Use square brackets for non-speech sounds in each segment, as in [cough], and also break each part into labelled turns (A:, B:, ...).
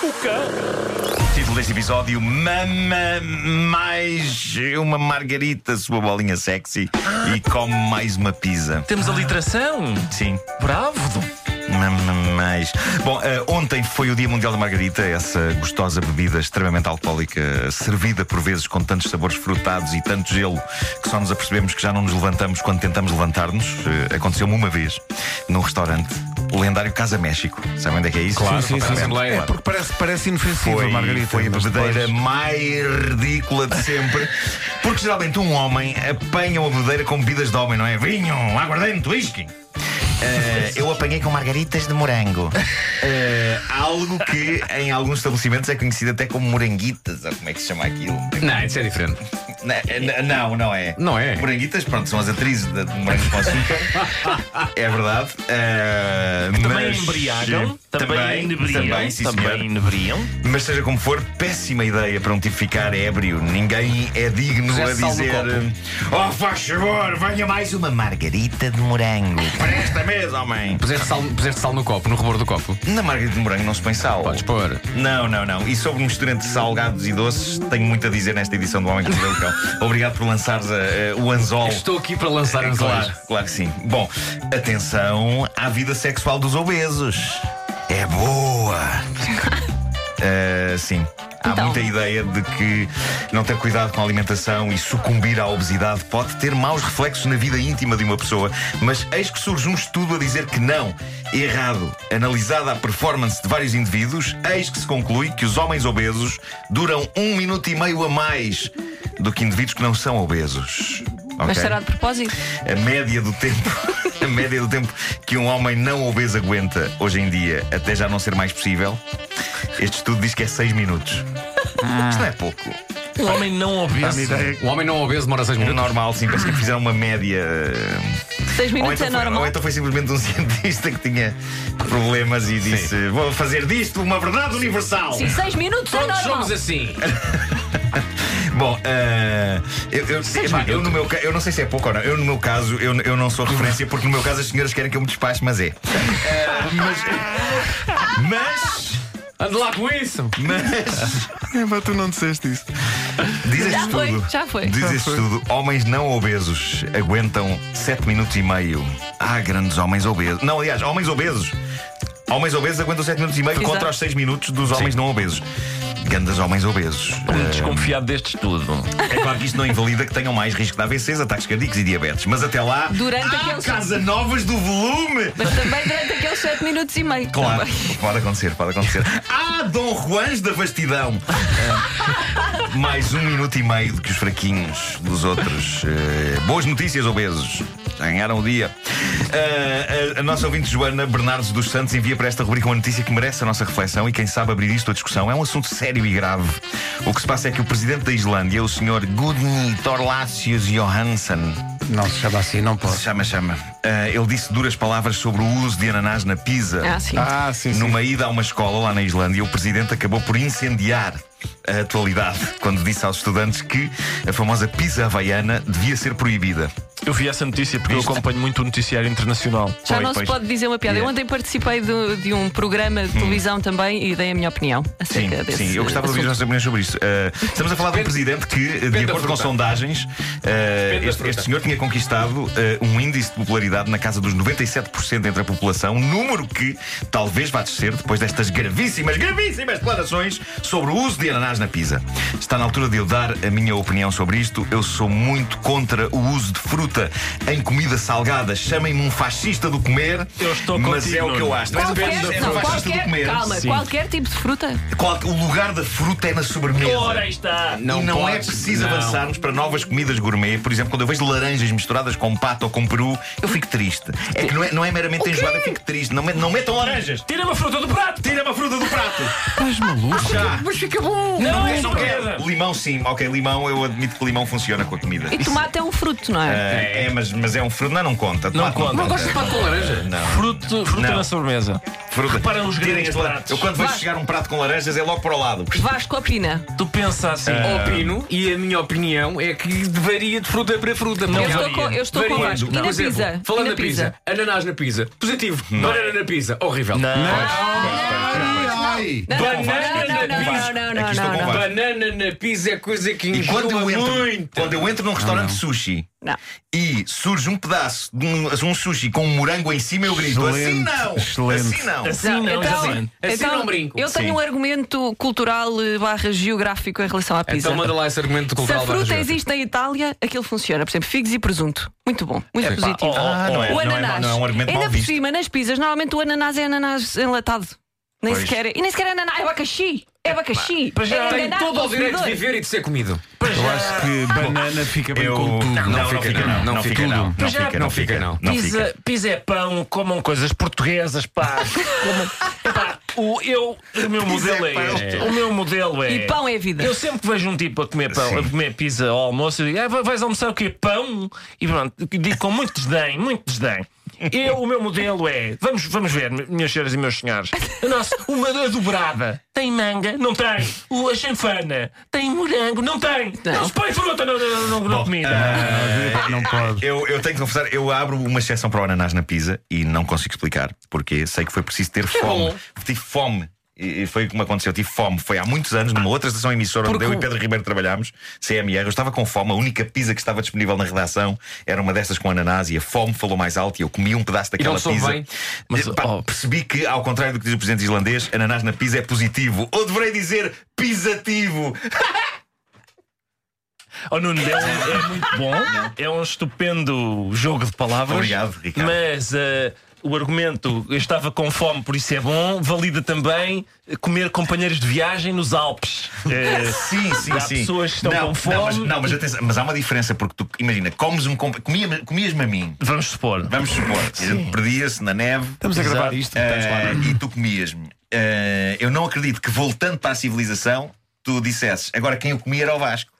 A: boca.
B: Título deste episódio: Mama mais uma margarita, sua bolinha sexy, e come mais uma pizza.
A: Temos a literação.
B: Sim.
A: Bravo.
B: Mama mais. Bom, eh, ontem foi o Dia Mundial da Margarita, essa gostosa bebida extremamente alcoólica, servida por vezes com tantos sabores frutados e tanto gelo que só nos apercebemos que já não nos levantamos quando tentamos levantar-nos. Eh, Aconteceu-me uma vez num restaurante, o lendário Casa México. Sabem onde é que é isso?
C: Claro,
D: Sim, sim, sim.
C: completamente.
D: É, porque parece, parece inofensiva
B: Foi,
D: a Margarita.
B: foi a
D: mas depois-
B: bebedeira mais ridícula de
D: [laughs]
B: sempre. Porque geralmente um homem apanha uma bebedeira com bebidas de homem, não é? Vinho, aguardente, whisky. Eh, eu apanhei com margaritas de morango. Eh, algo que em alguns estabelecimentos é conhecido até como moranguitas, ou como é que se chama aquilo?
C: Não, isso é diferente.
B: Na- na- Não, não é.
C: Não é.
B: Moranguitas, pronto, são as atrizes de de Morangos com Açúcar. é verdade. Eh,
A: Também
B: mas-
A: embriagam. Também inebriam.
B: Também, sim, senhor.
A: também inebriam.
B: Mas seja como for, péssima ideia para um tipo ficar ébrio. Ninguém é digno
C: Já
B: a
C: se salva o
B: dizer.
C: copo.
B: Oh, faz favor, venha mais uma margarita de morango. Para esta mesa, homem.
C: Puseste sal, puseste sal no copo, no rebordo do copo.
B: Na margarita de morango não se põe sal.
C: Podes pôr.
B: Não, não, não. E sobre mistura entre salgados e doces, tenho muito a dizer nesta edição do Homem que Mordeu o Cão. Obrigado por lançares eh, o anzol.
C: Estou aqui para lançar um
B: É Claro, claro que sim. Bom, atenção à vida sexual dos obesos. É
E: [laughs]
B: boa. Ah, sim. Há
E: Então.
B: muita ideia de que não ter cuidado com a alimentação e sucumbir à obesidade pode ter maus reflexos na vida íntima de uma pessoa, mas eis que surge um estudo a dizer que não. Errado. Analisada a performance de vários indivíduos, eis que se conclui que os homens obesos duram um minuto e meio a mais do que indivíduos que não são obesos.
E: Mas
B: Ok?
E: será de propósito?
B: A média do tempo [laughs] A média do tempo que um homem não obeso aguenta Hoje em dia, até já não ser mais possível Este estudo diz que é 6 minutos Isto não é pouco
A: Um homem não
D: Dá-me
A: obeso.
D: ideia
C: O Um homem não obeso demora 6
B: É
C: minutos.
B: normal, sim, parece que fizeram uma média
E: Seis
B: ou
E: minutos
B: então,
E: é
B: foi,
E: normal.
B: ou então foi simplesmente um [laughs] cientista que tinha problemas e disse Vou fazer disto uma verdade universal
E: Sim, seis minutos é
C: Todos
E: normal.
C: somos assim.
B: Bom, eh, eu, eu, epá, eu no meu, ca- eu não sei se é pouco ou não. Eu, no meu caso, eu, eu não sou referência, porque no meu caso as senhoras querem que eu me despache, mas é. Eh, mas. [laughs]
C: Ande lá com isso.
B: Mas. Mas.
D: É, mas tu não disseste isso.
B: Diz este
E: Já foi,
B: estudo.
E: já foi.
B: Diz
D: Já
B: este
D: foi.
B: estudo. Homens não obesos aguentam 7 minutos e meio. Há grandes homens obesos. Não, aliás, homens obesos. Homens obesos aguentam 7 minutos e meio
E: Exato.
B: contra os 6 minutos dos homens não obesos. Grandes homens obesos.
D: um
A: Muito desconfiado deste estudo.
B: É claro que isto não invalida que tenham mais risco de AVCs, ataques cardíacos e diabetes. Mas até lá.
E: Durante
B: há
E: aqueles-
B: casa novas do volume!
E: Mas também durante aqueles sete minutos e meio.
B: Claro,
E: Também.
B: pode acontecer, pode acontecer. Ah, Dom Juans da vastidão! Ah, mais um minuto e meio do que os fraquinhos dos outros. Eh, boas notícias, obesos. Já Ganharam o dia. Ah, a, a nossa ouvinte Joana Bernardes dos Santos envia para esta rubrica uma notícia que merece a nossa reflexão e quem sabe abrir isto à discussão. É um assunto sério e grave. O que se passa é que o presidente da Islândia, o Sr. Gudni Torlácios Johansson,
D: Não se chama assim, não posso.
B: chama, chama, ah, ele disse duras palavras sobre o uso de ananás na pizza.
E: Ah, sim.
D: Ah, sim, sim.
B: Numa ida a uma escola lá na Islândia, o presidente acabou por incendiar a atualidade quando disse aos estudantes que a famosa pizza havaiana devia ser proibida.
A: Eu vi essa notícia porque
B: Viste?
A: eu acompanho muito o noticiário internacional.
E: Já
B: Pois,
E: não
B: pois.
E: se pode dizer uma piada. Eu
B: Yeah.
E: ontem participei do- de, um programa de televisão também e dei a minha opinião
B: Sim,
E: acerca desse.
B: sim, eu gostava de ouvir as
E: assunto.
B: nossas opiniões sobre isso. Ah, estamos a falar de um presidente que, de
C: da
B: acordo com
C: fruta.
B: sondagens, ah,
C: da
B: este,
C: fruta.
B: este senhor tinha conquistado ah, um índice de popularidade na casa dos 97% entre a população, um número que talvez vá descer depois destas gravíssimas, gravíssimas declarações sobre o uso de ananás na pizza. Está na altura de eu dar a minha opinião sobre isto. Eu sou muito contra o uso de fruta em comida salgada. Chamem-me um fascista do comer,
A: Eu estou
B: mas
A: contigo,
B: é o que eu
A: Nuno.
B: acho. Não é um
E: Qualquer,
B: fascista, é um
E: não,
B: fascista do
E: qualquer-
B: comer.
E: calma,
A: Sim.
E: qualquer tipo de fruta.
B: Qual- o lugar da fruta é na sobremesa.
A: está!
B: e não é
C: podes,
B: preciso
C: não.
B: avançarmos para novas comidas gourmet. Por exemplo, quando eu vejo laranjas misturadas com pato ou com peru, eu fico triste. É que não é, não é meramente enjoado, eu fico triste. Não, met- não metam laranjas.
A: Tira-me a fruta do prato!
B: Tira-me a fruta do prato.
D: Mas maluco.
B: Já.
C: Mas fica bom.
A: Não, é
B: Eu não
A: quero.
B: quero. Limão, sim. Ok, limão, eu admito que limão funciona com a comida.
E: E tomate é um fruto, não é?
B: É, é, mas, mas é um fruto. Não, não conta. Tomate
A: conta.
C: Não gostas de pato com laranja?
B: Não.
A: Fruto, fruta
B: Não.
A: na sobremesa.
B: Fruta.
A: Reparam os
B: Tirem
A: grandes
B: este la-
A: pratos.
B: Eu quando vejo
E: Vai.
B: chegar um prato com laranjas é logo para o lado.
E: Vasco opina.
A: Tu pensa assim.
B: Ah.
C: Opino, e a minha opinião é que varia de fruta para fruta. Não
E: Eu estou
C: varia.
E: com- eu estou
C: Varia.
E: com o Vasco. E na
C: Por exemplo,
E: pizza?
C: Falando
E: E na
C: da pizza, ananás na pizza, positivo. Banana na pizza, horrível.
A: Não.
B: Pois, pois, pois, pois.
D: vai.
E: Não, não,
C: Banana
E: não,
C: na
E: não, não,
C: pizza.
E: não,
B: é Aqui estou
E: não,
B: com
E: não, não.
B: vai.
C: Banana na pizza é coisa que
B: E quando eu,
C: enjoa
B: entro,
C: muito.
B: quando eu entro num restaurante sushi
E: Não.
B: e surge um pedaço de um, um sushi com um morango em cima, eu grito:
D: Excelente,
B: assim não!
D: excelente.
B: Assim não!
A: Assim não,
E: então,
A: Jacinto.
C: Assim
E: então,
C: não brinco.
E: Eu tenho
B: Sim.
E: um argumento cultural eh, barra geográfico em relação à pizza.
C: Então manda lá esse argumento
E: Se a
C: cultural da
E: fruta
C: Rogério.
E: existe na Itália, aquilo funciona. Por exemplo, figos e presunto. Muito bom, muito positivo.
B: Ah, não é,
E: o
B: não é-
E: ananás.
B: não é um argumento
E: Ainda
B: mal
E: por
B: visto.
E: cima, nas pizzas, normalmente o ananás é ananás enlatado. Nem
B: Pois.
E: sequer. é- E nem sequer é ananás. É abacaxi. É abacaxi.
A: Para já
E: é
A: tem
C: Tem
E: ananás
C: todo o direito de
E: consumidor.
C: viver e de ser comido.
D: Eu acho que banana fica bem
B: Eu-
D: com tudo.
B: Não, não fica, não. Não fica, não.
D: tudo.
B: Não
C: Já-
B: fica,
C: não
B: não
C: fica,
B: fica,
C: não.
B: não
E: uh,
B: fica.
A: Pisa, pisa é pão, comam coisas
B: [laughs]
A: portuguesas, pá. Comam- Epá, o, eu, o meu modelo é,
B: pão.
A: este. O meu modelo é.
E: E pão é vida.
A: Eu sempre que vejo um tipo a comer pão,
B: Sim.
A: a comer pizza ao almoço, eu digo, ah, vai- vais almoçar o quê? Pão? E pronto, digo com muito desdém, muito desdém. Eu, o meu modelo é, vamos, vamos ver, me- minhas senhoras e meus senhores, a nossa, uma a dobrada tem manga? Não tem. O a chanfana tem morango? Não tem.
E: Não.
A: Não se põe fruta na, na, na- na comida.
B: ah,
D: Não pode.
B: Eu, eu tenho que confessar, eu abro uma exceção para o ananás na pizza e não consigo explicar porque sei que foi preciso ter fome.
C: [laughs] bom.
B: Tive fome. E e foi como aconteceu, tive fome. Foi há muitos anos, numa outra estação emissora onde eu e Pedro Ribeiro trabalhámos, CMR. Eu estava com fome, a única pizza que estava disponível na redação era uma dessas com ananás e a fome falou mais alto e eu comi um pedaço daquela
C: não soube
B: pizza.
C: bem, mas,
B: E, pá,
C: oh.
B: Percebi que, ao contrário do que diz o presidente islandês, ananás na pizza é positivo. Ou deverei dizer, pisativo.
A: Oh, Nuno, é, um- é muito bom, é um estupendo jogo de palavras.
B: Obrigado, Ricardo.
A: Mas eh, o argumento, eu estava com fome, por isso é bom, valida também eh, comer companheiros de viagem nos Alpes. Eh,
B: Sim, sim,
A: Há
B: sim.
A: pessoas que estão
B: não,
A: com fome
B: Não, mas, não, mas,
A: e-
B: atenção, mas há uma diferença, porque tu imagina, comes um. compa- comia- Comias-me a mim,
A: vamos supor.
B: vamos supor, eh, perdia-se na neve
D: Estamos a gravar
A: Exato.
D: isto.
B: eh,
D: Estamos lá.
B: e tu comias-me. Eh, eu não acredito que, voltando para a civilização, tu dissesses agora quem eu comia era o Vasco.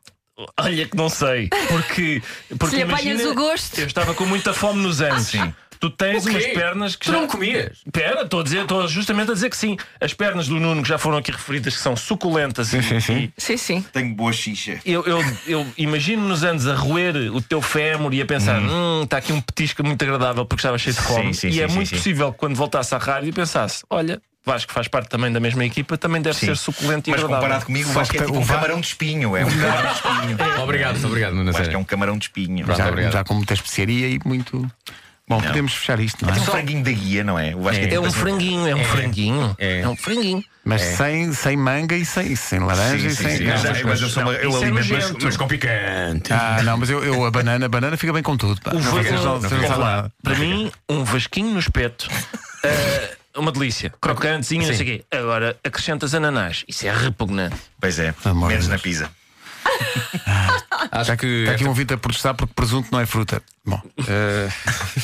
A: Olha que não sei. Porque, porque
E: Se lhe
A: imagina,
E: apanhas o gosto.
A: Eu estava com muita fome nos anos.
B: Sim.
A: Tu tens
C: O quê?
A: umas pernas que
C: Tu
A: já.
C: não comias?
A: Espera, estou a dizer, estou justamente a dizer que sim. As pernas do Nuno que já foram aqui referidas, que são suculentas e- e
E: Sim, sim.
B: Tenho boa xixa.
A: Eu, eu- eu imagino nos anos a roer o teu fémur e a pensar, hum, está aqui um petisco muito agradável porque estava cheio de
B: Sim,
A: fome.
B: sim,
A: e
B: sim,
A: é
B: sim,
A: muito
B: sim.
A: possível que quando voltasse à rádio pensasse, olha, Vasco faz parte também da mesma equipa, também deve
B: Sim.
A: ser suculento e
B: Mas
A: agradável.
B: comparado comigo, o
D: Só
B: Vasco é
D: que
B: tipo
D: o
B: um
D: Va-
B: camarão de espinho. É um camarão de espinho.
C: Obrigado, muito obrigado, Nuno.
B: O Vasco é
C: Sério.
B: um camarão de espinho.
C: Pronto,
B: Já-
C: obrigado.
D: Já, já com muita especiaria e muito. Bom, podemos fechar isto, não é?
B: É um franguinho da guia, não é? O Vasco é,
A: É
B: tipo
A: um
B: assim-
A: franguinho, é um franguinho. É, um franguinho.
D: Mas sem, sem manga e sem, e sem laranja
B: Sim,
D: e
B: sim,
D: sem.
B: sim.
D: não,
B: Mas-
D: mas-
B: Mas eu sou uma- eu
A: Isso é
B: alimento, mas-
A: nojento.
B: mas com [laughs]
C: picante.
D: Ah, não, mas eu, eu- a banana, a banana fica bem com tudo. pá.
A: O
D: Não fica-
A: Vasco-
D: não- não sabe nada.
A: Para mim, um vasquinho no espeto. [laughs] eh, Uma delícia, crocantezinho, não sei o quê. Agora acrescentas ananás, isso é repugnante.
B: Pois é,
D: Amor de
B: menos na
D: Deus.
B: pizza.
C: Acho que.
D: Está aqui um ouvinte a protestar porque presunto não é fruta. Bom,
B: eh,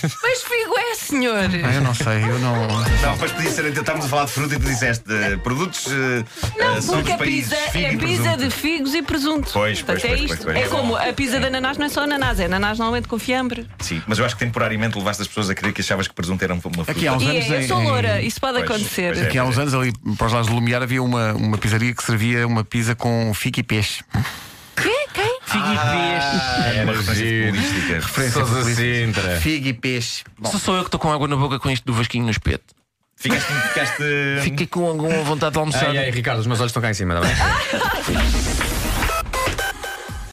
E: Mas figo é, senhor.
D: ah, eu não sei, eu não.
B: Não, mas podia ser, tentámos a falar de fruta e tu disseste eh, produtos. eh, eh,
E: Não,
B: sobre
E: porque
B: os
E: a pizza
B: países, figo
E: é
B: e
E: pizza
B: presunto.
E: de figos e presunto.
B: Pois, pois,
E: Portanto, é
B: pois,
E: isto.
B: pois, pois.
E: É como a pizza de ananás não é só ananás, é ananás normalmente com fiambre.
B: Sim, mas eu acho que temporariamente levaste as pessoas a crer que achavas que presunto era uma fruta.
D: Aqui há um uns
E: E
D: anos.
E: é, eu
D: em-
E: sou
D: em-
E: loura, isso pode
B: Pois,
E: acontecer.
B: pois é.
D: Que há uns anos ali para os lados do Lumiar havia uma, uma pizzaria que servia uma pizza com fica e peixe.
E: Quê? Quem?
B: É uma referência futbolística.
D: Referência
C: Sousa
D: populista.
C: Sintra.
D: Figa e peixe. Bom,
A: Só sou eu que estou com água na boca com isto do vasquinho no espeto.
B: Ficaste. ficaste
D: [laughs]
A: Fiquei com alguma vontade de almoçar.
C: Ai, ai, Ricardo, os meus olhos estão cá em cima, está bem?